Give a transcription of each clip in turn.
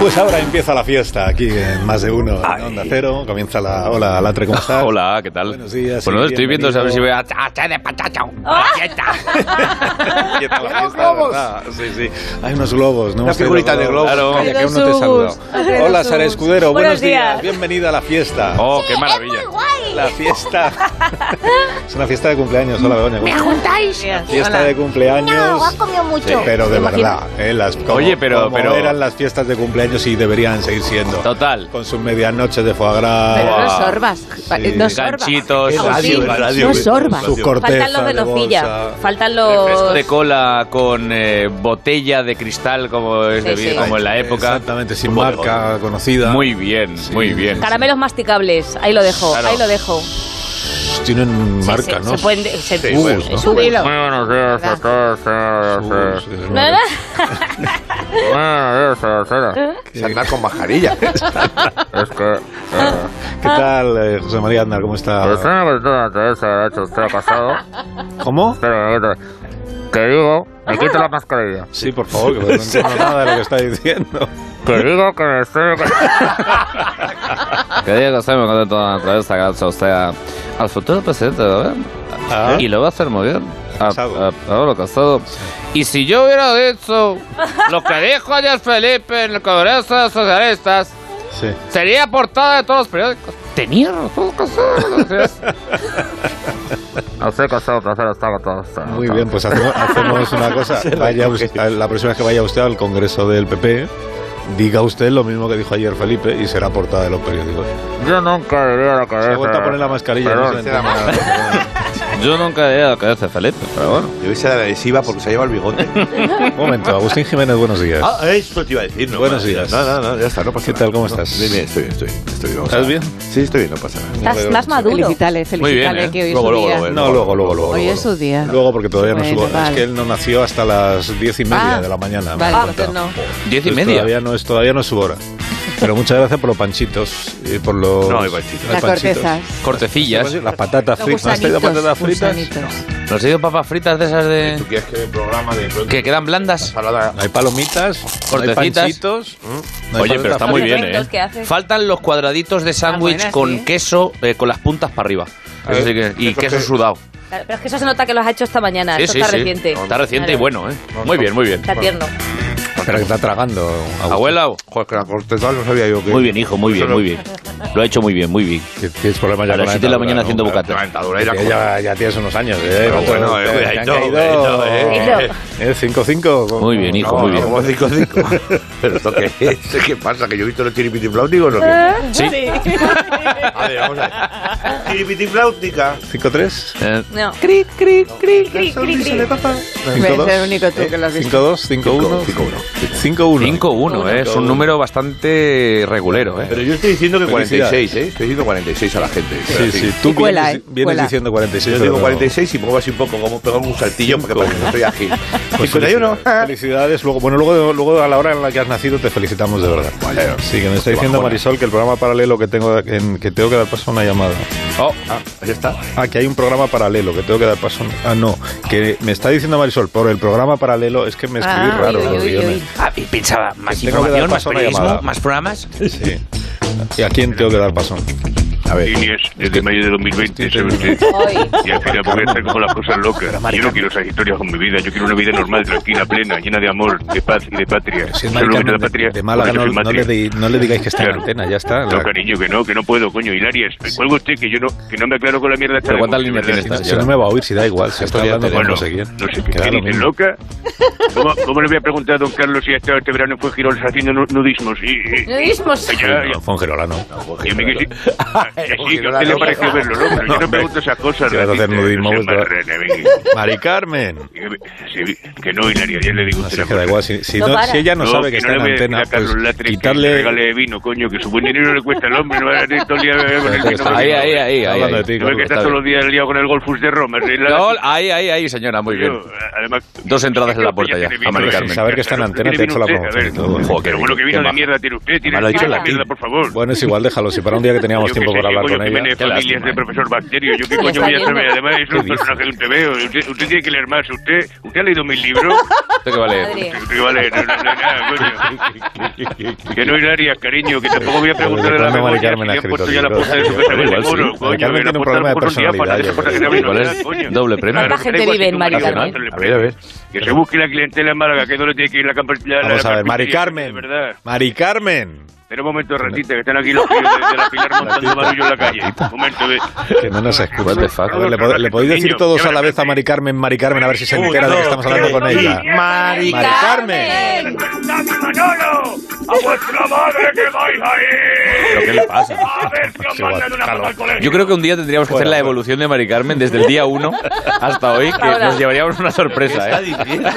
Pues ahora empieza la fiesta aquí en más de uno. En Onda Cero comienza la. Hola, Latre, ¿cómo estás? Hola, ¿qué tal? Buenos días. Bueno, sí, estoy viendo a ver si voy a... a- a- de patachao, a fiesta. Empieza la fiesta, de Ah, verdad. Sí, sí. Pues, Hay unos globos, ¿no? Una Ustedes figurita los de globos. Claro. Calla, que aún no te he saludado. Hola, Sara Escudero. Buenos, Buenos días. días. Bienvenida a la fiesta. Oh, qué maravilla. La fiesta. es una fiesta de cumpleaños. Hola, Begoña. ¿cómo estás? Fiesta de cumpleaños. No, has comido mucho. Sí, pero de ¿Te imaginas? verdad, ¿eh? las, como, Oye, pero- como pero- eran las fiestas de cumpleaños y deberían seguir siendo. Total. Con sus medianoches de foie gras. Pero no Guau. sorbas. Ah. eh, Sí. No sorbas. Ganchitos. Qué radio, Agustín, qué radio. no sorbas. Su corteza Faltan los de de nocilla. bolsa. Faltan Refresco los. de cola con eh, botella de cristal como es Sí, debido, sí. como en la época. Exactamente, sin Muy marca conocida. Muy bien, muy bien. Caramelos masticables. Ahí lo dejo. Claro. Ahí lo dejo. Tienen Sí, marca, sí, ¿no? Se pueden. de- Se Sí, sube, bueno, ¿no? súbelo. Bueno, sí, sí, sí, sí, sí. Sí, ¿Verdad? Bueno, sí, sí, Es andar con mascarilla. sí. Es que, eh, ¿Qué tal, eh, José María Aznar? ¿Cómo Pues está? una persona que es derecho, usted ha pasado. ¿Cómo? Pero, pero, que digo, me quito la mascarilla. Sí, por favor, que no entiendo nada de lo que está diciendo. Que digo que me estoy. que digo que estoy muy contento de entrevista que ha hecho usted a- al futuro presidente de Gobierno. Ah. Y lo va a hacer muy bien. A, Casado. a Pablo Casado. Y si yo hubiera dicho lo que dijo ayer Felipe en el Congreso de Socialistas, Sí. sería portada de todos los periódicos. Tenía razón Casado. Así es. Así que Casado, Casado estaba todo. estaba Muy todo. bien, pues hacemos, hacemos una cosa. Vaya usted- la próxima vez que vaya usted al Congreso del PP, diga usted lo mismo que dijo ayer Felipe y será portada de los periódicos. Yo nunca diría lo que Se dice. ha vuelto a poner la mascarilla. no Perdón. se entiende nada. Yo nunca diría lo que dice Felipe, pero bueno. Debe ser adhesiva porque se lleva el bigote. Un momento, Agustín Jiménez, buenos días. Ah, esto te iba a decir. No, Buenos madre, días. No, no, no, ya está, no pasa ¿Qué nada. tal, cómo No, estás? Bien, bien, estoy bien, estoy bien. Estoy bien vamos ¿Estás a- bien? Sí, estoy bien, no pasa nada. Me Estás alegro más mucho. maduro. Felicitale, Muy bien, felicitale, ¿eh? que hoy es Luego, su luego, día. luego. No, luego, luego, luego. Hoy luego. es su día. Luego, porque todavía no Bueno, subo. Es vale. que él no nació hasta las diez y media Ah. de la mañana. me Vale. han Ah, contado. entonces no. Diez y Entonces, media. Todavía no, es, todavía no es su hora. Pero muchas gracias por los panchitos y por los... No, hay panchitos. los Las panchitos. cortezas. Cortecillas. Las patatas Los fritas. ¿No has traído gusanitos, patatas fritas? gusanitos. ¿Nos he ido papas fritas de esas de. quieres que el programa de pronto que quedan blandas? No hay palomitas, no hay Cortecitas. panchitos. no hay Mm. Oye, pero patatas está muy bien, fritas. Perfectos, ¿qué ¿eh? haces? Faltan los cuadraditos de sándwich buenas, con sí. queso, eh, con las puntas para arriba. Eso sí que- y eso queso que- sudado. Claro, Pero es que eso se nota que lo has hecho esta mañana. Sí, Esto sí, está sí. reciente. Ah, Está reciente y Claro. bueno, ¿eh? Muy bien, muy bien. Está tierno. Pero que está tragando. Agustín. Abuela, Joder, que la corteza no sabía yo que. muy bien, hijo, muy bien, muy bien. Lo ha hecho muy bien, muy bien. Que Tienes problemas ya A las con 7 de la dentadura, mañana ¿no? haciendo bocata. La dentadura y la Que corteza. ya, ya tienes unos años, ¿eh? Pero Otros, bueno, eh, te- te han cuidadito, caído, cuidadito, eh. ¿eh? 5-5. Muy bien, hijo, No, muy no, bien. como cinco, cinco. Pero esto qué es, qué pasa, que yo he visto los tiripitifláuticos, ¿no? ¿Eh? A Sí. ver, vamos a ver. Tiripitifláutica. 5-3. Eh, No. Cric, cric, cric. Cri, cri, cri. Debe ser el único ¿eh? tú que lo has visto. 5-2, 5-1. 5-1. 5-1. 5-1, ¿eh? es un número bastante regulero. ¿eh? Pero yo estoy diciendo que Felicidades. 46, ¿eh? Estoy diciendo 46 a la gente. Sí, sí. Tú Y cuela, vienes, eh, vienes cuela. diciendo 46. Yo digo pero no. 46 y muevo así un poco, como pego un saltillo porque parece que estoy ágil. 51. Pues Felicidades. Felicidades. Luego, bueno, luego, luego a la hora en la que has nacido te felicitamos de verdad. Vale. Sí, que me está Qué diciendo bajona. Marisol que el programa paralelo que tengo en- que tengo que dar paso a una llamada. Oh, ah, ya está. Ah, que hay un programa paralelo que tengo que dar paso. a- Ah, no, que me está diciendo Marisol por el programa paralelo es que me escribí Ah, raro uy, los uy, uy, guiones. uy. Ah, y pensaba, más Tengo que dar información, más paso a una llamada. periodismo, más programas. Sí. ¿Y a quién tengo que dar paso? A ver. líneas Este- desde mayo de 2020, ¿sabe usted? Hoy. Y al final porque están como las cosas locas. Yo no quiero esas historias con mi vida, yo quiero una vida normal, tranquila, plena, llena de amor, de paz y de patria. Si es Solo Mari que la Carmen de, patria, de Málaga, porque yo no, soy no le matria. di- no le digáis que está en Claro. antena, ya está. No, La- cariño, que no, que no puedo, coño. Hilarias, me cuelga usted que yo no, que no me aclaro con la mierda esta Pero de ¿cuántas Vox, líneas ¿verdad? tienes? Si no me va a oír, si da igual, si Esto está ya hablando con Bueno, no sé quién. no sé qué, Que da ¿qué lo dices, mismo. loca? ¿Cómo, ¿Cómo le voy a preguntar a don Carlos si ha estado este verano en Fuengiroles haciendo nu- nudismos? Y, y- Nudismos. ya, ya. No, fue un gerolano. Y me que sí. Fuengiroles, Así, que a usted le no, pareció no, verlo, loco. Yo no, no pregunto esas cosas. si vas a hacer ratita, nudismo, no sea pues, marrana, venga. Mari Carmen. Sí, que no, Hilaria, ya le digo Así usted que da igual, si, si No no- para. si ella no, sabe que que está no en le voy a decir antena, a Carlos pues Latre que le quitarle... regale vino, coño, que su buen dinero le cuesta al hombre, no va a estar todo el día eh, con el Ahí, vino. con el ahí, vino. ahí, ahí, ahí, Hablando ahí. de ti, No ve que Está estás todos bien. los días liado con el Golfus de Roma. ¿sí? La- No, ahí, ahí, ahí, señora, muy bien. Yo, eh, además, Dos entradas en la puerta ya, tiene vino, a Mari ¿no? Carmen. Sin Saber que está en Claro, antena, ¿tiene vino te he hecho la usted? promoción A ver, y todo. Joder, Pero bueno, que qué vino de baja. mierda tiene usted, tiene Me lo ha dicho tiene Lati. mierda, por favor. Bueno, es igual, déjalo. Si para un día que teníamos Yo tiempo qué sé, para hablar coño con ella. Jiménez Familia es el profesor Bacterio? ¿Yo qué Me coño está voy a saber? viendo. Además, es ¿Qué un dices? personaje de un TVO. Usted, usted tiene que leer más. ¿Usted, usted ha leído mis libros? ¿Usted qué vale? Madre. Que vale, no, no, no, nada, coño. Que no hilarias, cariño, que tampoco voy a preguntar a la ¿Cuándo Mari memoria si Carmen ha le han escrito puesto ya la libros? puerta de su casa Pero en igual el muro, sí. Mari coño. Carmen que la tiene un puerta problema de por un día para personalidad, esas yo cosas que creo. se abren ¿Cuál los es? días, coño. Doble premio. Claro, ¿Cuánta que gente tengo vive así en un Mari marido. Carmen? Dándole A ver, a ver. Que se busque la clientela en Málaga, que no le tiene que ir la campaña. Vamos a ver, Mari De Carmen. verdad. Mari Carmen. Espera un momento, ratita, que están aquí los tíos de, de la Pilar montando barullo en la calle. Un momento, ve. Que no nos escucha. What the fuck? A ver, ¿Le, pod- le podéis decir Niño, todos a la llévame, vez a Mari Carmen, Mari Carmen, a ver si se Uno, entera de que dos, estamos hablando con tres, ella? Mari Mari Carmen. Manolo! ¡A vuestra madre que vais ahí! ¿Qué le pasa? A ver si os mandan una foto al colegio. Yo creo que un día tendríamos que hacer la evolución de Mari Carmen desde el día 1 hasta hoy, que Ahora. nos llevaríamos una sorpresa, ¿eh? diciendo? Sí,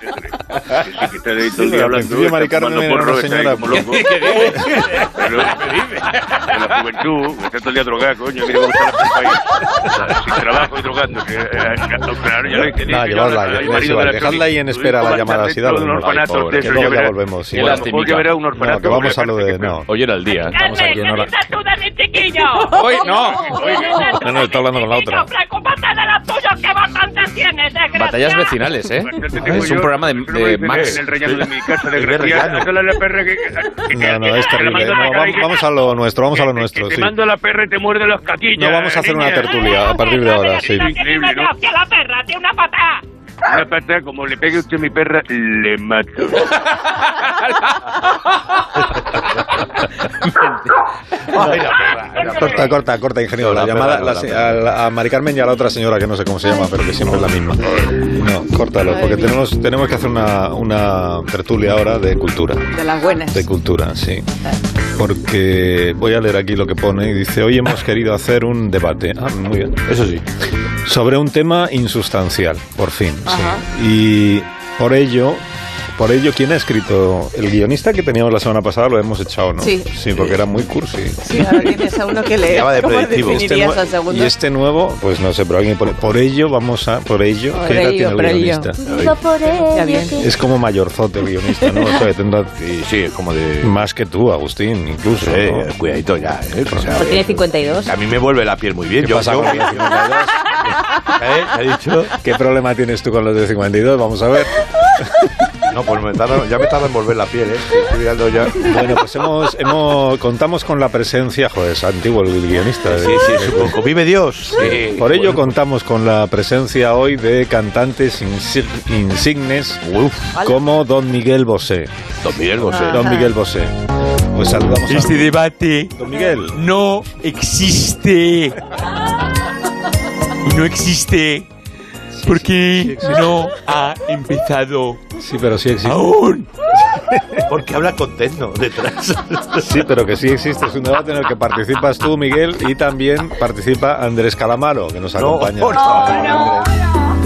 que está ahí todo Sí, el día pero hablando, que incluye está Mari Carmen fumando en una porro, está ahí señora. como loco. Pero- de la juventud, está todo el día drogado, coño, mira cómo está la culpa ahí. Sin trabajo y drogando. Que, eh, claro, ya lo dije, No, dije, llevadla, ya, ya, el ya, marido ya, de la dejadla ahí en Clínica. espera a la Tú llamada, vas si a da hacer un algún- orfanato, Ay, pobre, de que eso, luego ya verás. volvemos, sí. Y a lo mejor ya verá un orfanato. No, que vamos a lo parece de... que No, Hoy era el día. ¿eh? estamos aquí en hora... estás tú de mi chiquillo? Hoy no. No, no, está hablando con la otra. Preocúpate de los tuyos que bastante tienes, desgraciado. Batallas vecinales, ¿eh? Bastante tengo Es yo. un programa de, Eso lo voy a de defender Max. En el rellano de mi casa, de Es verdad, gracia. ¿no? Hazle a la perra que- que- que- No, no, que- es que la terrible. mando No, a la cara y vamos, que- vamos a lo nuestro, vamos a lo que- nuestro, que sí. Te mando a la perra y te muerde los No catillas. vamos a hacer una niña. tertulia a partir de ahora, sí. Increíble, ¿no? ¡Hostia, la perra! ¡Tiene una patada! Una pata, como le pegue usted a mi perra, le mato. Corta, corta, corta, ingeniero. La llamada la se- a, la- a Mari Carmen y a la otra señora que no sé cómo se llama, pero que siempre es la misma. No, córtalo, porque tenemos, tenemos que hacer una, una tertulia ahora de cultura. De las buenas. De cultura, sí. Porque voy a leer aquí lo que pone y dice, hoy hemos querido hacer un debate. Ah, muy bien. Eso sí. Sobre un tema insustancial, por fin. sí. Y por ello, por ello, ¿quién ha escrito? El guionista que teníamos la semana pasada lo hemos echado, ¿no? Sí. porque era muy cursi. Sí, ahora tienes a uno que lee. Ya va de ¿Cómo predictivo. Este nue- definirías al y segundo? este nuevo, pues no sé, pero alguien pone, por ello vamos a, por ello, Por ¿qué ello, edad tiene el por ello. guionista? Viva por Ya ello. bien. que- Es como mayorzote el guionista, ¿no? O sea, tendrá Sí, sí, es como de... más que tú, Agustín, incluso. Eh, ¿no? cuidadito ya, ¿eh? O sea, Pues tiene 52. a mí me vuelve la piel muy bien. ¿Qué Yo, pasa yo- con los de 52? ¿Eh? ¿Te ha dicho? ¿Qué problema tienes tú con los de 52? Vamos a ver. No, pues me tarda- ya me tarda en volver la piel, ¿eh? Estoy mirando ya. Bueno, pues hemos, hemos- contamos con la presencia, joder, es antiguo el guionista. de- Sí, sí, es un poco. ¡Vive Dios! Sí. Por ello contamos con la presencia hoy de cantantes insi- insignes Uf, como Don Miguel Bosé. don Miguel Bosé. Don Miguel Bosé. Pues saludamos a Este debate Don Miguel. no existe. Y no existe porque no ha empezado Sí, pero sí existe. aún. Porque habla contento detrás. Sí, pero que sí existe. Es un debate en el que participas tú, Miguel, y también participa Andrés Calamaro, que nos No, acompaña. por favor.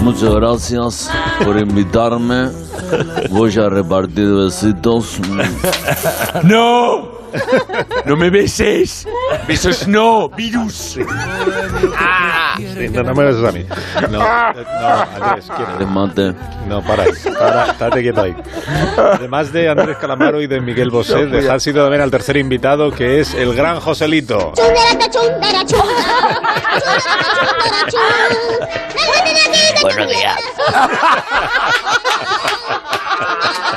Muchas gracias por invitarme. Voy a repartir besitos. No. No me beses. Besos no. Virus. Sí, no, no me beses a mí. No, eh, no Andrés, quiere. Te mate. Ah. No, para ahí. Para, estate quieto ahí. Además de Andrés Calamaro y de Miguel Bosé, dejad sido también al tercer invitado, que es el gran Joselito. Buenos días.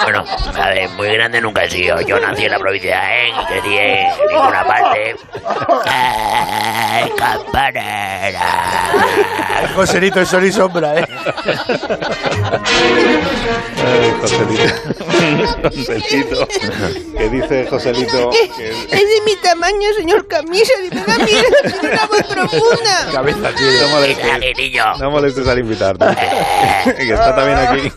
Bueno, a ver, muy grande nunca he sido. Yo nací en la provincia de Jaén y crecí en ninguna parte. ¡Ay, campanera! Joselito es sol y sombra, ¿eh? Ay, Joselito. Eh, Joselito. ¿Qué dice Joselito? Que- de mi tamaño, señor Camisa. De verdad, mira, tiene una voz profunda. Cabeza, tío, no Mira molestes. aquí, niño. No molestes al invitarte. Que está también aquí.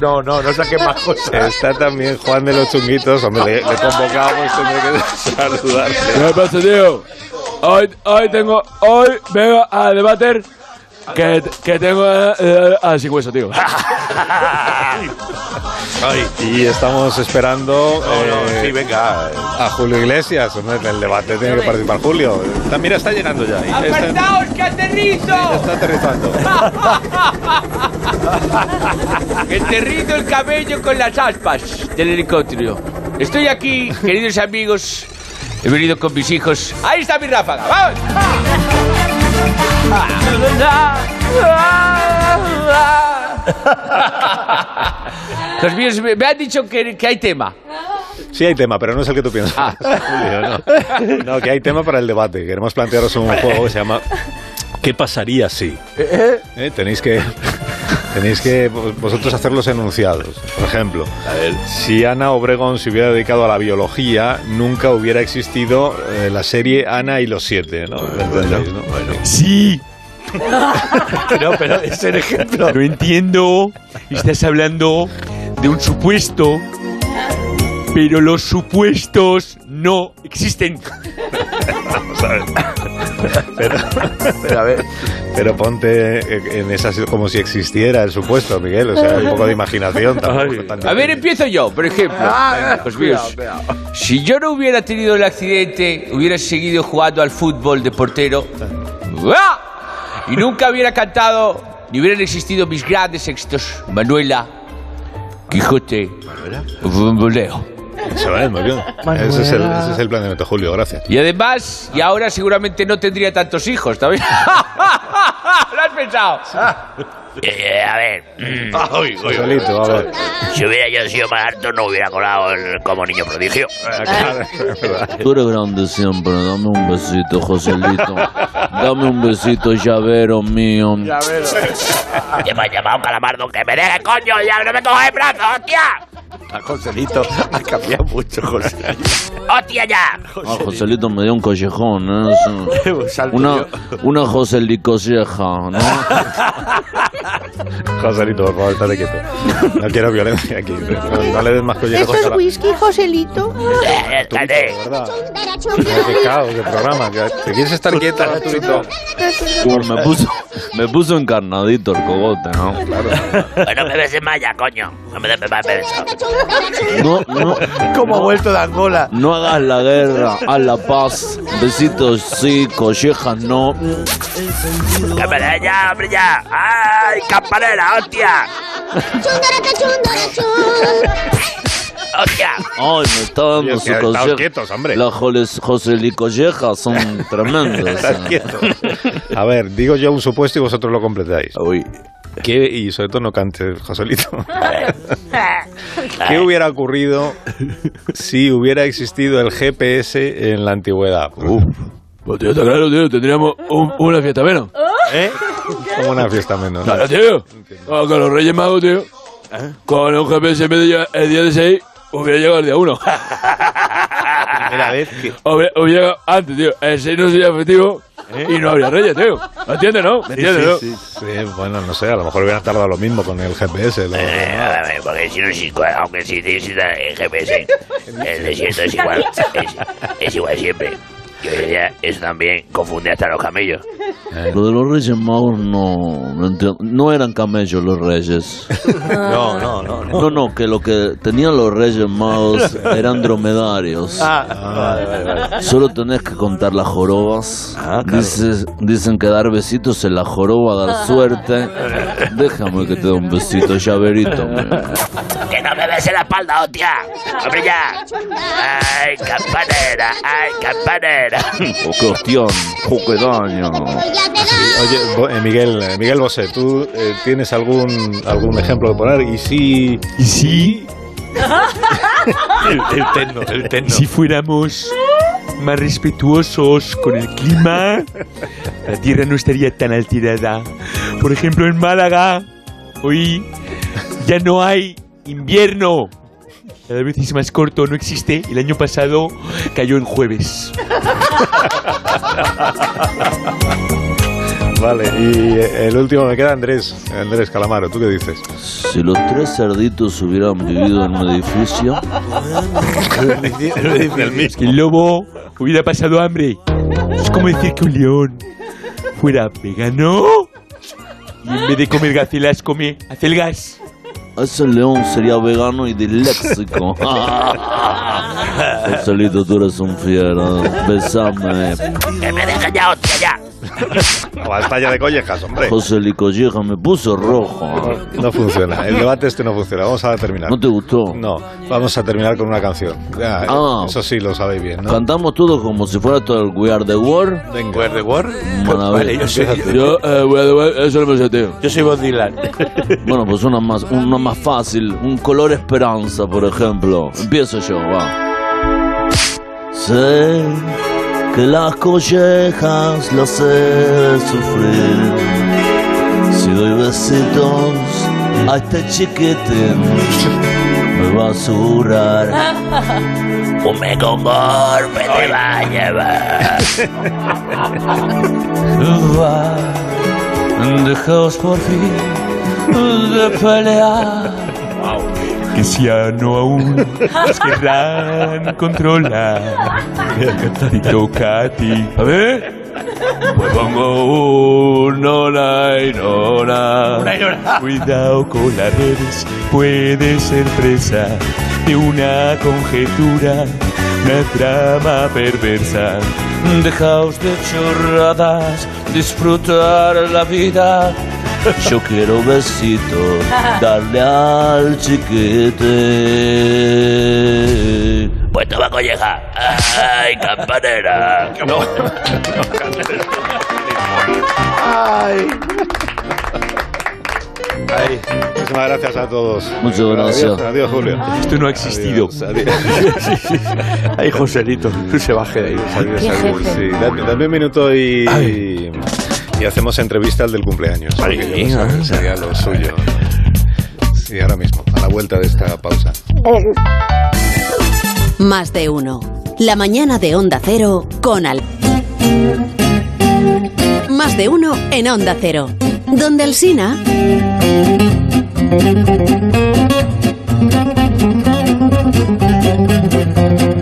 No, no, no saques más cosas. Está también Juan de los Chunguitos. Hombre, le, le convocamos, tendré que saludarle. ¿Qué pasa, tío? Hoy, hoy tengo. Hoy vengo a debater que, que tengo eh, a sin hueso, tío. Y estamos esperando. No, no, eh, sí, venga. A Julio Iglesias, ¿no? en el debate tiene que participar Julio. Está- Ah, Mira, está llenando ya. Está, que aterrizo! está aterrizando. Enterrido el cabello con las aspas del helicóptero. Estoy aquí, queridos amigos, He venido con mis hijos. Ahí está mi ráfaga, vamos. Los míos me, me han dicho que, que hay tema. Sí hay tema, pero no es el que tú piensas. Ah, Julio, no. No, que hay tema para el debate. Queremos plantearos un juego que se llama ¿Qué pasaría si? Eh, Tenéis que... Tenéis que vos- vosotros hacer los enunciados. Por ejemplo, si Ana Obregón se hubiera dedicado a la biología, nunca hubiera existido eh, la serie Ana y los siete, ¿no? ¿Lo entendéis, no? Sí. No, pero es el ejemplo. No entiendo. Estás hablando de un supuesto, pero los supuestos no existen. Pero, pero, pero ponte en esa como si existiera el supuesto, Miguel. O sea, un poco de imaginación. tampoco fue tan A ver, empiezo yo, por ejemplo. eh, Ah, Los míos. Si yo no hubiera tenido el accidente, hubiera seguido jugando al fútbol de portero. ¡Ah! Y nunca hubiera cantado ni hubieran existido mis grandes éxitos. Manuela, Quijote, Bomboleo. Se va, muy bien. Manuela. Ese es, el, ese es el planteamiento, Julio, gracias. Y además, y ahora seguramente no tendría tantos hijos, ¿también? ¡Lo has pensado! Eh, a ver. mm. Solito, a ver. Si hubiera yo sido más alto, no hubiera colado el- como niño prodigio. Tú eres grande siempre, dame un besito, Joselito. Dame un besito, llavero mío. Te me has llamado calamardo que me deje, coño, ya no me cojas el brazo, hostia. A Joselito ha cambiado mucho, José. Hostia ya. Ah, Joselito me dio un collejón, ¿eh? Sí. Una, una Joselicoseja, ¿no? Joselito, por favor, estate quieto. No quiero violencia aquí. No, no le des más collejas ¿Esto a es la- whisky, Joselito? Qué caos de programa. que- ¿Te quieres estar quieta, Turito? Uy, me puso, me puso encarnadito el cogote, ¿no? Bueno, Pues me beses más ya, coño. No me des más besos. No, no. Como ha vuelto de Angola. No hagas la guerra, haz la paz. Besitos sí, collejas no. Que me deje ya, hombre, ya. ¡Ay, campanera, hostia! ¡Hostia! Ay, me está dando Oye, su que estáos consejo. quietos, hombre. Las joles- joselicollejas son tremendas. Estáos quietos. A ver, digo yo un supuesto y vosotros lo completáis. ¿Qué- y sobre todo no cantes, Joselito. ¿Qué hubiera ocurrido si hubiera existido el GPS en la antigüedad? Pues, tío, está claro, tío, tendríamos un- una fiesta menos. ¿Eh? Como una fiesta menos. ¿no? ¿Eh? Claro, tío. Ah, con los Reyes Magos, tío. Con un GPS en vez de llegar el día de 6, hubiera llegado el día 1. Primera vez que. Hubiera, hubiera llegado antes, tío. El 6 no sería efectivo y no habría Reyes, tío. ¿Me entiendes, no? ¿Me entiendes, no? ¿Eh? Sí, bueno, no sé, a lo mejor hubiera tardado lo mismo con el GPS. la verdad. Eh, a ver, porque si no es igual, aunque si tienes el GPS, el desierto es igual, es, es igual siempre. Yo diría, eso también confunde hasta los camellos. Eh. Lo de los Reyes Magos no, no entiendo. No eran camellos los Reyes. No, no, no, no. No, no, que lo que tenían los Reyes Magos eran dromedarios. Ah, Solo tenés que contar las jorobas. Ah, Dices- dicen que dar besitos en la joroba dar suerte. Déjame que te dé un besito, llaverito. mío. ¡Que no me bese la espalda, hostia! ¡Hombre, ya! ¡Ay, campanera! ¡Ay, campanera! Oh, qué hostión, oh, qué daño. Oye, Bo- eh, Miguel, eh, Miguel Bosé, ¿tú eh, tienes algún, algún ejemplo que poner? ¿Y si...? ¿Y si...? El, tecno, el tecno. Si fuéramos más respetuosos con el clima, la tierra no estaría tan alterada. Por ejemplo, en Málaga, hoy ya no hay invierno. Cada vez es más corto, no existe. El año pasado cayó en jueves. Vale, y eh, el último me queda Andrés, Andrés Calamaro, ¿tú qué dices? Si los tres cerditos hubieran vivido en un edificio, Que el lobo hubiera pasado hambre. Es como decir que un león fuera vegano y en vez de comer gacelas come acelgas. ese león sería vegano y disléxico. Joselito, tú eres un fiero. Besame. ¡Que me deje ya, hostia, ya! La batalla de collejas, hombre. José Licolleja me puso rojo. No funciona. El debate este no funciona. Vamos a terminar. ¿No te gustó? No. Vamos a terminar con una canción. Ya, Ah. Eso sí, lo sabéis bien, ¿no? Cantamos todos como si fuera todo el We Are the World. Venga. ¿We Are the World? Maravilla. Vale, yo soy- yo- Yo, eh, We Are the World, eso lo pensé, tío. Yo soy Bob Dylan. Bueno, pues una más, una más fácil. Un color esperanza, por ejemplo. Empiezo yo, va. Sé que las collejas las he sufrir. Si doy besitos a este chiquitín, me va a susurrar. Un megogorbe te va a llevar. Va, dejaos por fin de pelear. Que si ya no aún nos querrán controlar. Tito Katy. A ver. Pues pongo un hola y nona. Una y nona. Cuidado con las redes, puede ser presa de una conjetura, una trama perversa. Dejaos de chorradas, disfrutar la vida. Yo quiero besitos, darle al chiquete. Pues toma colleja. Ay, campanera. No. Ay. Ay, muchísimas gracias a todos. Muchas gracias. Adiós, adiós, Julio. Esto no ha existido. Adiós, adiós. Ay, Joselito, tú se baje de ahí. Adiós, Saúl, sí. Dame, dame un minuto y, y hacemos entrevista al del cumpleaños. porque yo no sé, sería lo suyo. Sí, ahora mismo, a la vuelta de esta pausa. Más de uno. La mañana de Onda Cero con Al. Más de uno en Onda Cero. Donde el Sina.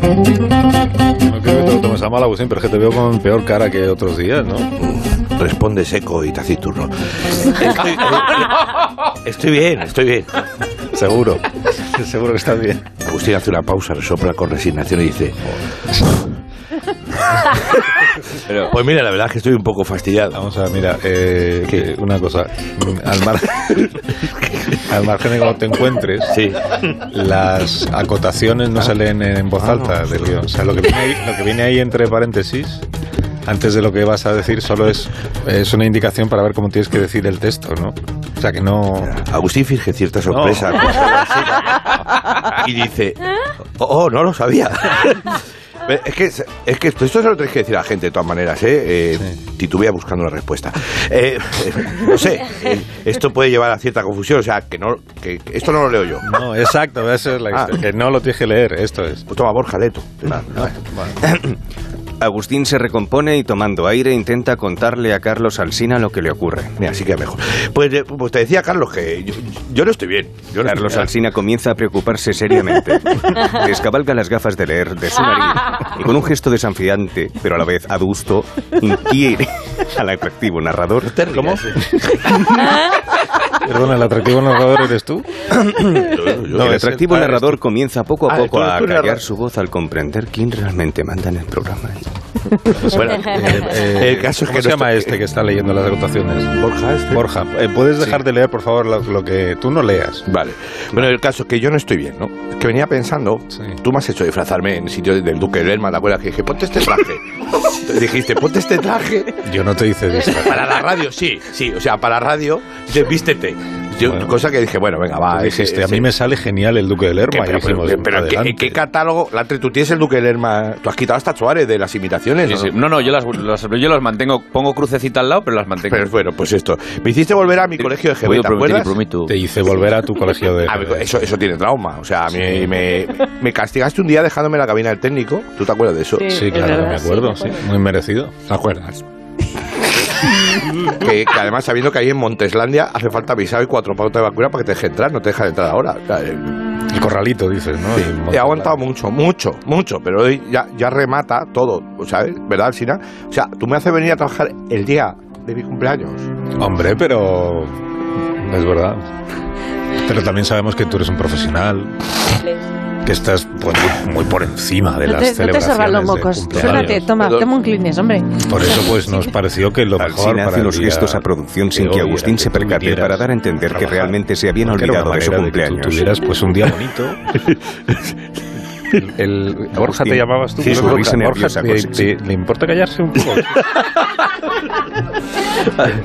No creo que te lo tomes a mal, Agustín, pero es que te veo con peor cara que otros días, ¿no? Responde seco y taciturno. Estoy, estoy bien, estoy bien. Seguro, seguro que estás bien. Agustín hace una pausa, resopla con resignación y dice... Pero- Pues mira, la verdad es que estoy un poco fastidiado. Vamos a, mira, eh, que una cosa. mm, Al margen, al margen de cómo te encuentres, Sí. las acotaciones no se leen en voz Ah, alta del guión. O sea, lo que, viene ahí, lo que viene ahí entre paréntesis, antes de lo que vas a decir, solo es, es una indicación para ver cómo tienes que decir el texto, ¿no? O sea, que no. Agustín finge cierta sorpresa. Y dice, oh, oh, no lo sabía. Pero Es que, es que esto, esto se lo tenéis que decir a la gente de todas maneras, ¿eh? Eh, Titubea buscando una respuesta. Eh, no sé, eh, esto puede llevar a cierta confusión, o sea, que no que que esto no lo leo yo. No, exacto, esa es la Ah. historia, Que no lo tienes que leer, esto es. Pues toma, Borja, leto. Agustín se recompone y tomando aire intenta contarle a Carlos Alsina lo que le ocurre. Mira, así queda mejor. Pues, eh, pues te decía, Carlos, que yo, yo no estoy bien. Yo no Carlos estoy bien. Alsina comienza a preocuparse seriamente. Descabalga las gafas de leer de su nariz y con un gesto desafiante, pero a la vez adusto, inquiere al atractivo narrador. ¿Cómo? Perdona, el atractivo narrador eres tú. No, el atractivo narrador comienza poco a Ah, tú poco eres a tú el callar narrador. su voz al comprender quién realmente manda en el programa. Bueno, eh, el caso es que Eh, se llama este que está leyendo las anotaciones? Borja, este. Borja, eh, puedes dejar de leer, por favor, lo, lo que tú no leas. Vale. Bueno, el caso es que yo no estoy bien, ¿no? Es Que venía pensando, tú me has hecho disfrazarme en el sitio del Duque de Lerma, ¿te acuerdas? Que dije, ponte este traje. Te dijiste, ponte este traje. Yo no te hice eso. Para la radio, sí, sí. O sea, para radio, dices, vístete. Yo- Cosa que dije, bueno, venga, va. ese- Dijiste, a ese- mí me sale genial el Duque de ¿Qué, Lerma. y pero dijimos, pero- pero ¿en qué- adelante. en qué catálogo? Latre, tú tienes el Duque de Lerma. Tú has quitado hasta Suárez de las imitaciones. Sí, ¿o sí. no? No, no, yo las, las- yo las mantengo, pongo crucecita al lado, pero las mantengo. Pero bueno, pues esto. Me hiciste volver a mi colegio de GB, ¿te acuerdas? Te hice volver a tu colegio de... A ver, eso, eso tiene trauma. O sea, a mí me, me castigaste un día dejándome en la cabina del técnico. ¿Tú te acuerdas de eso? Sí, Sí, es claro, verdad, me acuerdo, sí, me acuerdo. sí. Muy merecido. ¿Te acuerdas? que, que además, sabiendo que ahí en Monteslandia hace falta visado y cuatro pautas de vacuna para que te deje entrar, no te dejan entrar ahora. O sea, eh, El corralito, dices, ¿no? El He monte- aguantado mucho, mucho, mucho, pero hoy ya, ya remata todo, ¿sabes? ¿Verdad, Sina? O sea, tú me haces venir a trabajar el día de mi cumpleaños. Hombre, pero... Es verdad. Pero también sabemos que tú eres un profesional. que estás pues, muy, muy por encima de No las te, no te celebraciones sorban los de mocos. cumpleaños. Suéltate, toma, Pero- toma un clines, hombre. Por eso pues nos pareció que lo mejor Alcina para hace el los día gestos a producción sin de que hoy Agustín era se percate tuvieras para dar a entender que trabajar. realmente se habían Porque era una olvidado de su manera que tú cumpleaños. tuvieras pues un día bonito. El, Borja Agustín. te llamabas tú. Sí, pero su Borja- risa Borja, nerviosa, te- cosas. te- ¿Le importa callarse un poco?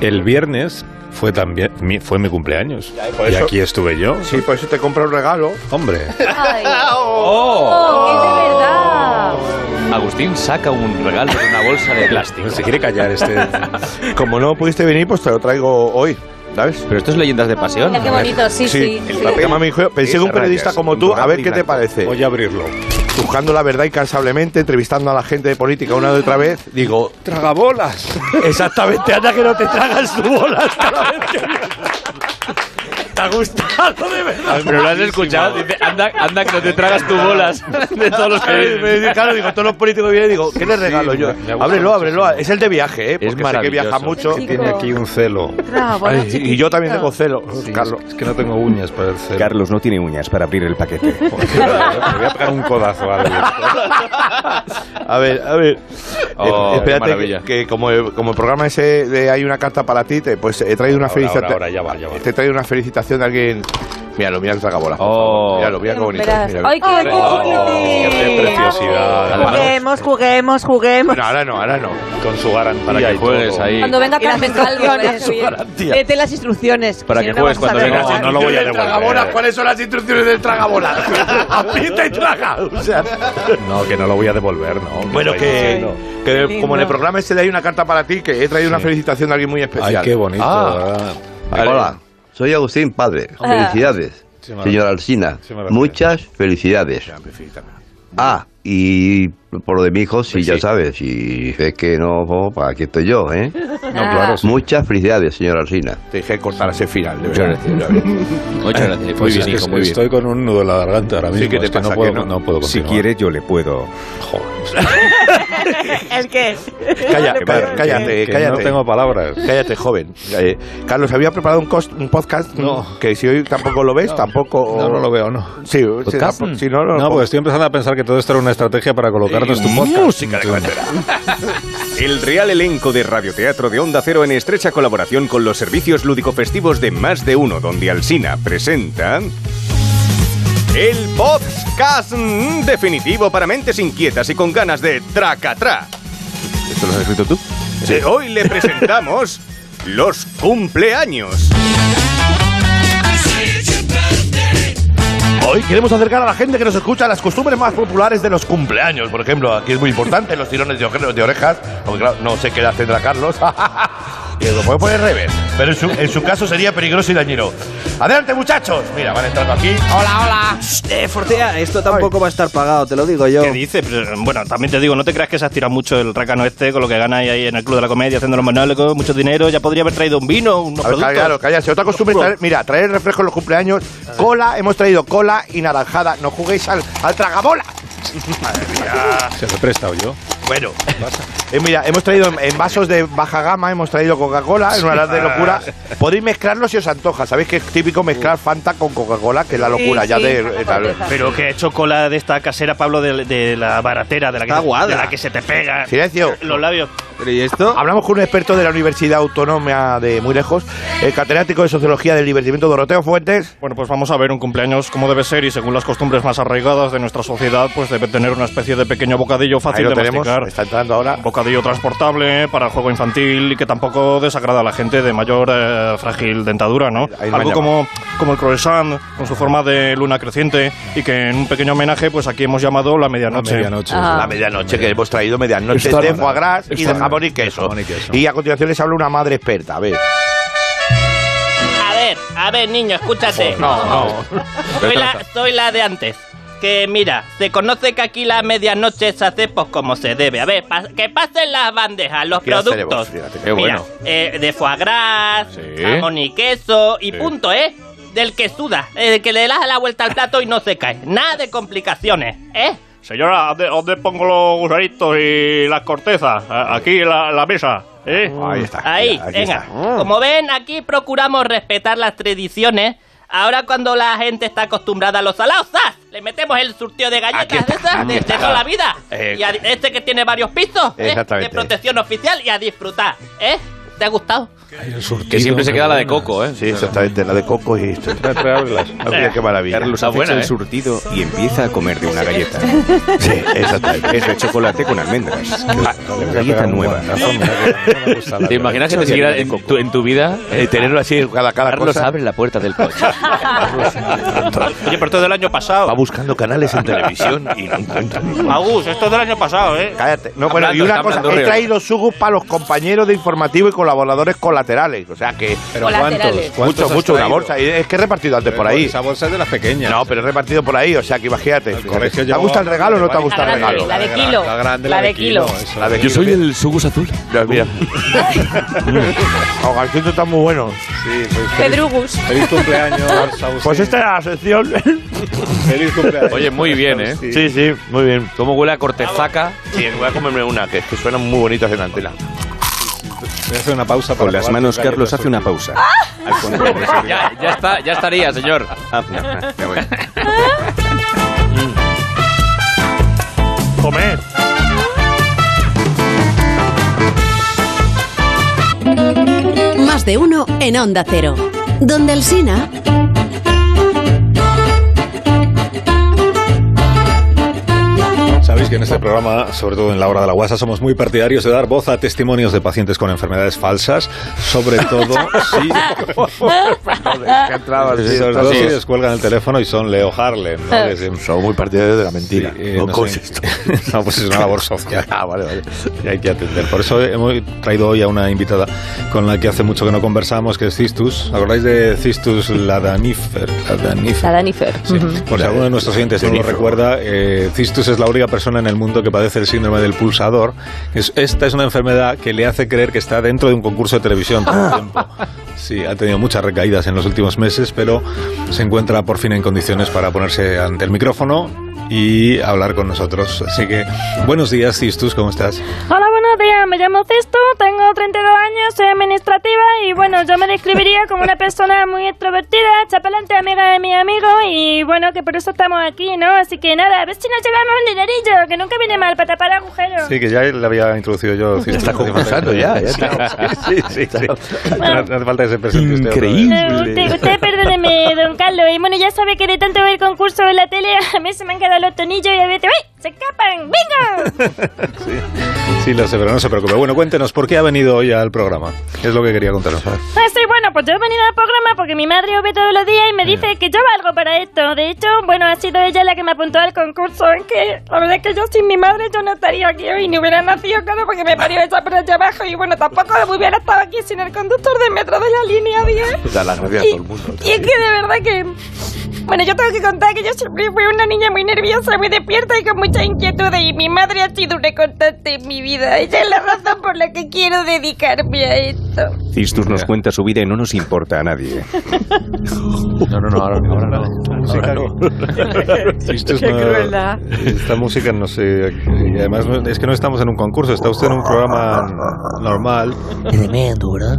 el viernes fue también mi- fue mi cumpleaños. por Y eso- aquí estuve yo. Sí, por eso te compra un regalo. Hombre. eh, Oh. Agustín saca un regalo de una bolsa de plástico. Se quiere callar este. Como no pudiste venir, pues te lo traigo hoy. ¿Sabes? Pero esto es leyendas de pasión. Mira qué bonito, sí, sí. El papel. Llama a mi hijo, Pensé que un periodista como tú, a ver qué te parece. Voy a abrirlo. Buscando la verdad incansablemente, entrevistando a la gente de política una y otra vez, digo, Tragabolas. Exactamente, anda que no te tragas tu bola ¿Te ha gustado de verdad? Pero lo has escuchado, dice, anda, anda que no te tragas tus bolas de todos los que vienen. Claro, digo, todos los políticos vienen y digo, ¿qué les regalo yo? me ha gustado Ábrelo, ábrelo. Es el de viaje, ¿eh? Porque sé que viaja mucho. Que Tiene aquí un celo. Ay, y yo también tengo celo, Carlos. Es que no tengo uñas para el celo. Carlos no tiene uñas para abrir el paquete. Le voy a pegar un codazo a alguien. A ver, a ver. Oh, Eh, qué espérate, maravilla. que, que como, el, como el programa ese de Hay una carta para ti, te, pues he traído una Ahora, ahora, felicitación. ahora, ya va, ya va. Te he traído una felicitación de alguien. Míralo, mira el tragabolas. por favor. Míralo, mira qué bonito. Verás. míralo. ¡Ay, qué Oh. Qué bonito! preciosidad. Juguemos, Pues juguemos, juguemos. No, ahora no, ahora no. Con su garantía Para que y juegues todo. ahí. Cuando venga Y las Carmen instrucciones. Calvo, léete las instrucciones. Para si que no, no juegues vamos a cuando ver vengas. nada. No lo voy a Del tragabolas, devolver. ¿cuáles son las instrucciones del tragabolas? Aprieta y traga. O sea, No, que no lo voy a devolver, no. bueno, que, que lindo. como en el programa ese de Hay una carta para ti, que he traído una felicitación de alguien muy Ay, especial. qué bonito. Ah, ¿verdad? Hola, soy Agustín Padre. Felicidades, Sí, madre. señora Alsina. Sí, madre. Muchas felicidades. Ah, y por lo de mi hijo, Pues sí, ya sabes. Y es que no, oh, pa, aquí estoy yo, ¿eh? claro, Muchas felicidades, señora Alsina. te dije cortar ese final. De Muchas verdad. Muchas gracias. Muy Pues bien, es que hijo, muy bien. estoy con un nudo en la garganta ahora Sí, mismo. ¿qué te es que pasa? no puedo, ¿Que no? no? Si puedo continuar. quiere, yo le puedo. ¿El qué? Calla, calla, Que vaya, cállate, que cállate. no tengo palabras. Cállate, joven. Eh, Carlos, había preparado un, cos- un podcast No. que si hoy tampoco lo ves, tampoco. No, no lo veo, no. Sí, sí, tampoco- si no, pues no. No, pues lo porque estoy empezando a pensar que todo esto era una estrategia para colocarnos tu podcast. música de carretera. El Real Elenco de Radioteatro de Onda Cero en estrecha colaboración con los servicios lúdico-festivos de Más de Uno, donde Alsina presenta... El podcast mm, definitivo para mentes inquietas y con ganas de tracatrá. ¿Esto lo has escrito tú? Sí, Hoy le presentamos los cumpleaños. Hoy queremos acercar a la gente que nos escucha a las costumbres más populares de los cumpleaños. Por ejemplo, aquí es muy importante los tirones de, oje- de orejas, aunque claro, no sé qué edad tendrá Carlos. y lo puede poner revés, pero en su, en su caso sería peligroso y dañino. Adelante, muchachos. Mira, van entrando aquí. Hola, hola. Eh, Fortea, esto tampoco va a estar pagado, te lo digo yo. ¿Qué dices? Pero, bueno, también te digo, no te creas que se ha estirado mucho el rácano este con lo que ganáis ahí en el Club de la Comedia haciendo los monólogos, mucho dinero. Ya podría haber traído un vino, unos A ver, productos. claro, cállate. Otra costumbre, es traer- mira, traer refresco en los cumpleaños. Cola, hemos traído cola y naranjada. No juguéis al, al tragabola. Se lo he prestado yo. Bueno, eh, mira, hemos traído en, en vasos de baja gama, hemos traído Coca-Cola, en una edad de locura. Podéis mezclarlo si os antoja. Sabéis que es típico mezclar Fanta con Coca-Cola, que es la Sí, locura ya sí, de... esa eh, tal- corteza. Pero que he hecho cola de esta casera, Pablo, de, de la baratera, de la, que, Está guada. de la que se te pega. Silencio. Los labios. ¿Y esto? Hablamos con un experto de la Universidad Autónoma de muy lejos, el catedrático de Sociología del Divertimiento Doroteo Fuentes. Bueno, pues vamos a ver un cumpleaños como debe ser y según las costumbres más arraigadas de nuestra sociedad, pues debe tener una especie de pequeño bocadillo Ahí fácil lo de tenemos, masticar. está entrando ahora. Un bocadillo transportable para juego infantil y que tampoco desagrada a la gente de mayor eh, frágil dentadura, ¿no? Ahí lo han Algo llamado. como, como el croissant con su forma de luna creciente y que en un pequeño homenaje, pues aquí hemos llamado la medianoche. medianoche. Ah. La medianoche que hemos traído medianoche Está de rara. foie gras y Está de jamón y queso. jamón y queso. Y a continuación les habla una madre experta. A ver. A ver, a ver, niño, escúchate. No, no. Soy la, soy la de antes. Que mira, se conoce que aquí la medianoche se hace pues como se debe. A ver, pas- que pasen las bandejas, los ¿Qué hacemos? productos. Fíjate, qué Mira, bueno. eh, de foie gras, jamón y queso y Sí. punto, ¿eh? Del que suda, eh, del que le das la vuelta al plato y no se cae. Nada de complicaciones, ¿eh? Señora, ¿dónde, dónde pongo los gusaritos y las cortezas? A- Aquí en la, la mesa. ¿eh? Ahí está. Ahí, Aquí venga. está. Mm. Como ven, aquí procuramos respetar las tradiciones, Ahora cuando la gente está acostumbrada a los salados, ¡zas! Le metemos el surtido de galletas de esas de, de toda la vida. Eh, y a- este que tiene varios pisos ¿eh? de Exactamente. protección oficial y a disfrutar. ¿Eh? ¿Te ha gustado? Que siempre se queda la de coco, ¿eh? Sí, exactamente, la de coco y esto. Ah, mira qué maravilla. Carlos Está acecha buena, el ¿eh? surtido y empieza a comer de una galleta. Sí, exactamente. Es de chocolate con almendras. Ah, galleta nueva. ¿Te imaginas que te siguiera en tu, en tu vida? Eh, tenerlo así cada, cada Carlos cosa. abre la puerta del coche. Oye, pero esto es del año pasado. Va buscando canales en televisión y no encuentra ninguno. Agus, esto es del año pasado, ¿eh? Cállate. No, Está bueno, y hablando, una está cosa, hablando he real. traído sugus para los compañeros de informativo y colaboradores colaterales. O sea que. Pero ¿cuántos? Colaterales. ¿Cuántos Mucho, has mucho, una traído? bolsa. Y Es que he repartido antes por ahí. Esa bolsa es de las pequeñas. No, pero he repartido por ahí, o sea que imagínate. fíjate. colegio ¿Te llevó- gusta el regalo o no te gusta el La grande, regalo? la de La kilo. grande, la grande, La la de de kilo. kilo, eso. de Yo soy el sugus azul. mira. Oh, García, tú estás muy bueno. Sí, pues, Pedrugus. Feliz cumpleaños, Saus. Pues esta era la sección. Feliz cumpleaños. Oye, muy bien, ¿eh? Sí, sí, muy bien. ¿Cómo huele a cortezaca? Sí, voy a comerme una, que, que suenan muy bonitas en antena. Voy a hacer una pausa para Con las probar manos, tus galletas Carlos hace una pausa. Al control de seguridad. Ya, ya está, ya estaría, señor. Ah, Comer. Más de uno en Onda Cero. Donde el Sina. Sabéis que en este programa, sobre todo en la hora de la guasa, somos muy partidarios de dar voz a testimonios de pacientes con enfermedades falsas, sobre todo si, sobre todo si descuelgan el teléfono y son Leo Harlem. ¿no? Que se- Son muy partidarios de la mentira. eh, no no ¿Cómo sé. es esto? no, pues es una labor social. ah, vale, vale. hay que atender. Por eso hemos traído hoy a una invitada con la que hace mucho que no conversamos, que es Cistus. ¿Acordáis de Cistus Ladanifer? Ladanifer. La Danifer. Ujú. Por si alguno de nuestros oyentes no lo recuerda, eh, Cistus es la única persona en el mundo que padece el síndrome del pulsador. Es- esta es una enfermedad que le hace creer que está dentro de un concurso de televisión todo el tiempo. Sí, ha tenido muchas recaídas en los últimos meses, pero se encuentra por fin en condiciones para ponerse ante el micrófono y hablar con nosotros. Así que, buenos días, Cistus, ¿cómo estás? Hola, buenos días. Me llamo Cesto, tengo 32 años, soy administrativa y bueno, yo me describiría como una persona muy extrovertida, chapalante, amiga de mi amigo y bueno, que por eso estamos aquí, ¿no? Así que nada, a ver si nos llevamos un dinerillo, que nunca viene mal para tapar agujeros. Sí, que ya le había introducido yo. Cistus. está concursando ya, ¿eh? ya Sí, está. sí, sí, sí. No, no hace falta que se presente usted otra vez. No, usted, usted perdóneme, don Carlos. Y bueno, ya sabe que de tanto ver concursos en la tele, a mí se me han quedado los tonillos y a veces ¡ay! ¡Se escapan! ¡Venga! Sí, lo sé, pero no se preocupe. Bueno, cuéntenos, ¿por qué ha venido hoy al programa? Es lo que quería contaros. Ah, sí, bueno, pues yo he venido al programa porque mi madre os ve todos los días y me dice que yo valgo para esto. De hecho, bueno, ha sido ella la que me apuntó al concurso. En que la verdad es que yo sin mi madre yo no estaría aquí hoy, ni hubiera nacido, claro, porque me parió esa por allá abajo. Y bueno, tampoco hubiera estado aquí sin el conductor del metro de la línea 10. Da las gracias Pues a todo el mundo. Y es que de verdad que... Bueno, yo tengo que contar que yo siempre fui una niña muy nerviosa, muy despierta y con mucha inquietud. Y mi madre ha sido una constante en mi vida. Ella es la razón por la que quiero dedicarme a esto. Cistus nos cuenta su vida y no nos importa a nadie. No, no, no, ahora, no. Música que- Esto es Qué una- crueldad. Esta música no sé. Y además, no- es que no estamos en un concurso, está usted en un programa normal. Tremendo, ¿verdad?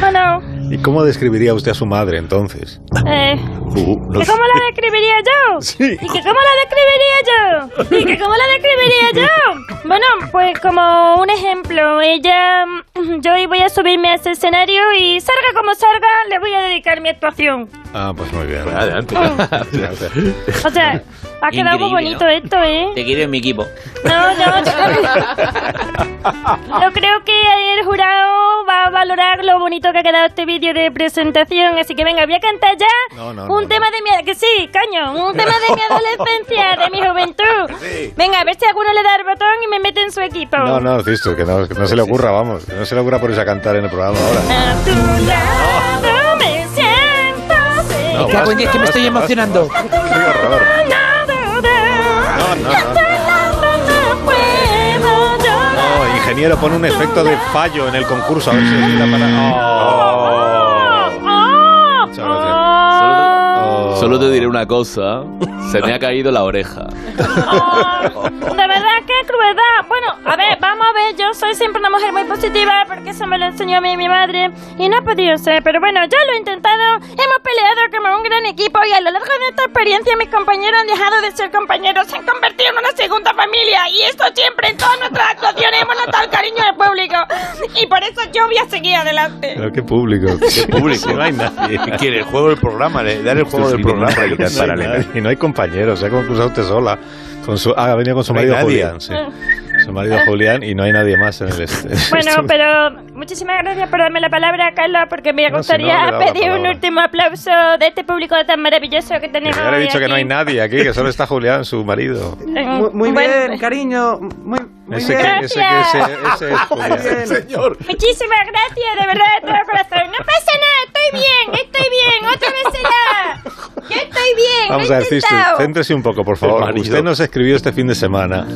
Bueno, ¿Y cómo describiría usted a su madre entonces? eh, Uh, ¿que cómo la describiría yo? ¿Y que cómo la describiría yo? ¿Y que cómo la describiría yo? Bueno, pues como un ejemplo, ella... mm, Yo hoy voy a subirme a ese escenario y salga como salga, le voy a dedicar mi actuación. Mm. Ah, pues muy bien. adelante. O sea, ha quedado muy Increíble, bonito ¿no? esto, ¿eh? Te quiero en mi equipo. No, no, yo creo- yo creo que el jurado va a valorar lo bonito que ha quedado este vídeo de presentación. Así que venga, voy a cantar ya No, no, un no, tema de mi... Que sí, coño, un tema de mi adolescencia, de mi juventud. Venga, a ver si alguno le da el botón y me mete en su equipo. No, no, Cisto, que no, que no se le ocurra, vamos. Que no se le ocurra ponerse a cantar en el programa ahora. A tu lado me siento segura. Me cago en diez, que me estoy emocionando. A tu lado, no, no, a tu lado no puedo llorar. No, ingeniero, pon un efecto de fallo en el concurso, a ver si le quita Oh. para. Oh. Muchas gracias. Solo te diré una cosa. Se me ha caído la oreja. De verdad, qué crueldad. Bueno, a ver, vamos a ver, yo soy siempre una mujer muy positiva porque se me lo enseñó mi, mi madre y no ha podido ser. Pero bueno, yo lo he intentado, hemos peleado como un gran equipo y a lo largo de esta experiencia mis compañeros han dejado de ser compañeros, se han convertido en una segunda familia y esto siempre en todas nuestras actuaciones hemos notado el cariño del público y por eso yo voy a seguir adelante. Pero qué público. Qué público. No hay nadie. ¿Qué quiere? El juego del programa, le- dar el juego del programa No hay para nadie. Elena. Y no hay compañeros, se ha concursado usted sola. Con su, ah, ha venido con su No hay marido nadie. Julián, sí. Su marido Julián y no hay nadie más en el este. Ah. Bueno, pero muchísimas gracias por darme la palabra, Carlos, porque me No, gustaría si no, le daba la pedir un palabra. último aplauso de este público tan maravilloso que Que tenemos. ya le he hoy dicho que no hay aquí. nadie aquí, que solo está Julián, su marido. Muy, muy Bueno. bien, cariño. Muy, muy Ese que, bien. ese, que, ese, ese es Muy Julián. bien. Muchísimas gracias, de verdad, de todo corazón. No pasa nada, estoy bien, estoy bien, otra vez será. Yo estoy bien. lo Vamos he a ver, Cistu, intentado. céntrese un poco, por favor. Usted nos escribió este fin de semana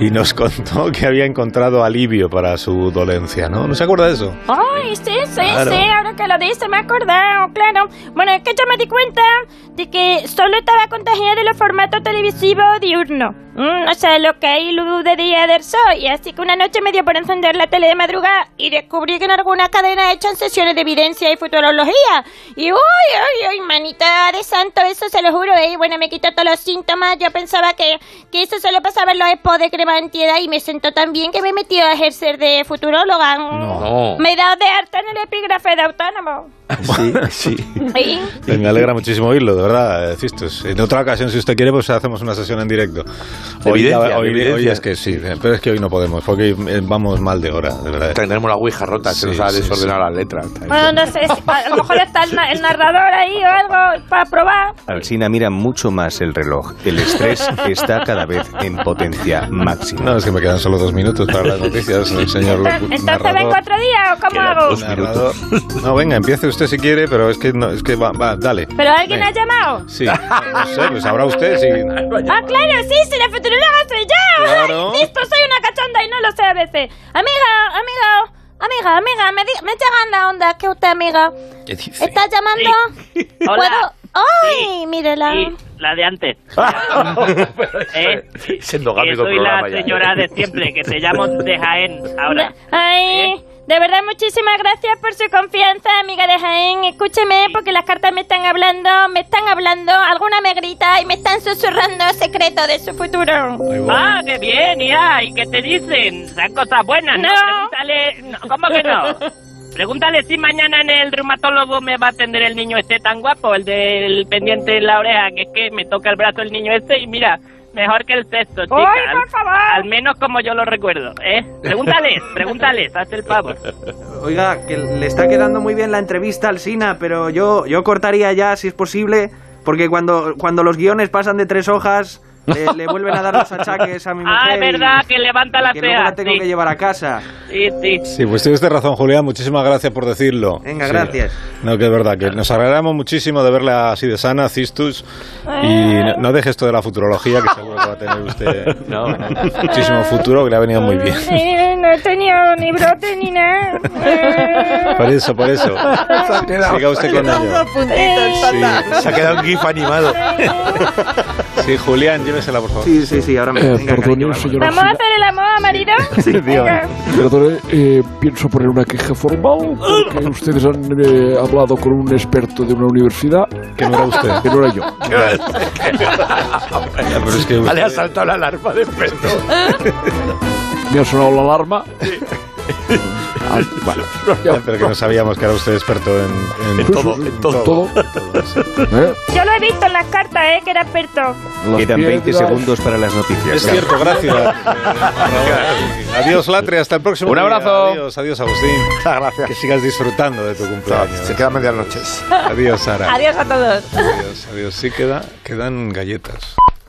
y nos contó que había encontrado alivio para su dolencia, ¿no? ¿No se acuerda de eso? Ay, sí, sí, Claro. sí, ahora que lo dice me he acordado, claro. Bueno, es que yo me di cuenta de que solo estaba contagiada de los formatos televisivos diurnos. Mm, o sea, lo que hay luz de día del sol. Y así que una noche me dio por encender la tele de madrugada y descubrí que en algunas cadenas echan sesiones de evidencia y futurología. Y uy, uy, uy, manita de santo, eso se lo juro, eh. Bueno, me quitó todos los síntomas. Yo pensaba que, que eso solo pasaba en los expos de crema antiedad y me sentó tan bien que me he metido a ejercer de futuróloga. Mm. No. Me he dado de harta en el epígrafe de autónomo. Sí, sí. Sí. Me alegra muchísimo oírlo, de verdad, eh, Cistus. En otra ocasión, si usted quiere, pues hacemos una sesión en directo. De evidencia, hoy, de evidencia. hoy es que sí, eh, pero es que hoy no podemos, porque eh, vamos mal de hora, de verdad. Tenemos la ouija rota, se Sí, nos ha sí, desordenado sí. la letra. Bueno, no sé, si- a lo mejor está el, na- el narrador ahí o algo para probar. Alsina mira mucho más el reloj. El estrés está cada vez en potencia máxima. No, es que me quedan solo dos minutos para las noticias, el señor locu- Entonces narrador. vengo otro día o cómo hago. Narrador. No, venga, empiece usted si quiere, pero es que no, es que va, va, dale. Pero alguien Venga. ha llamado. Sí, no sé, pues sabrá usted si... Ah, claro, sí, si la futuróloga soy yo. Claro. Ay, Listo, soy una cachonda y no lo sé a veces. Amiga, amiga, amiga, amiga, me, di- me llegan la onda que usted, amiga. ¿Qué dice? ¿Está llamando? Hola. ¿Puedo? ¡Ay, mírela! Sí, la de antes. Ah, Ah. Eh, Es que endogámico soy programa la ya. señora de siempre, que te llamo de Jaén ahora. ¿Eh? Ay, de verdad, muchísimas gracias por su confianza, amiga de Jaén. Escúcheme, porque las cartas me están hablando, me están hablando, alguna me grita y me están susurrando secretos de su futuro. Ah, qué bien, ya. ¿Y qué te dicen? Son cosas buenas, ¿no? No. Pregúntale... no, ¿Cómo que no? Pregúntale si mañana en el reumatólogo me va a atender el niño este tan guapo, el del pendiente en la oreja, que es que me toca el brazo el niño este y mira, mejor que el sexto, chica. ¡Ay, por Al- Al menos como yo lo recuerdo, ¿eh? Pregúntales, pregúntales, haz el pavo. Oiga, que le está quedando muy bien la entrevista al Sina, pero yo, yo cortaría ya si es posible, porque cuando, cuando los guiones pasan de tres hojas, eh, le vuelven a dar los achaques a mi mujer. Ah, es verdad, y- que levanta la que luego ceja. la tengo sí. que llevar a casa. Sí, sí. Sí, pues tienes razón, Julián. Muchísimas gracias por decirlo. Venga, Sí. gracias. No, que es verdad, que nos alegramos muchísimo de verla así de sana, Cistus. Y no, no deje esto de la futurología, que seguro que va a tener usted muchísimo futuro, que le ha venido muy bien. Eh, no he tenido ni brote ni nada. Eh, Por eso, por eso. Siga usted con ello. Se ha quedado un gif animado. Sí, Julián, llévesela, por favor. Sí, sí, sí, ahora me Eh, venga, perdone, cariño, señora ¿Vamos a hacer el amor, marido? Venga. Perdone, eh, pienso poner una queja formal porque Ah. ustedes han eh, hablado con un experto de una universidad. Que no era usted. Que no era yo. Pero es que usted- Le ha saltado la alarma de pronto. Eh, Me ha sonado la alarma. Ah, vale. Ya, Pero que no sabíamos que era usted experto en, En todo, en todo. ¿Eh? Yo lo he visto en las cartas, eh, que era experto. Quedan 20 piedras. segundos para las noticias. Es cierto, gracias. Adiós, Latre, hasta el próximo. Un día. abrazo. Adiós, adiós, Agustín. gracias. Que sigas disfrutando de tu cumpleaños. Se quedan medianoches. Adiós, Sara. Adiós a todos. Adiós, adiós. Sí, queda, quedan galletas.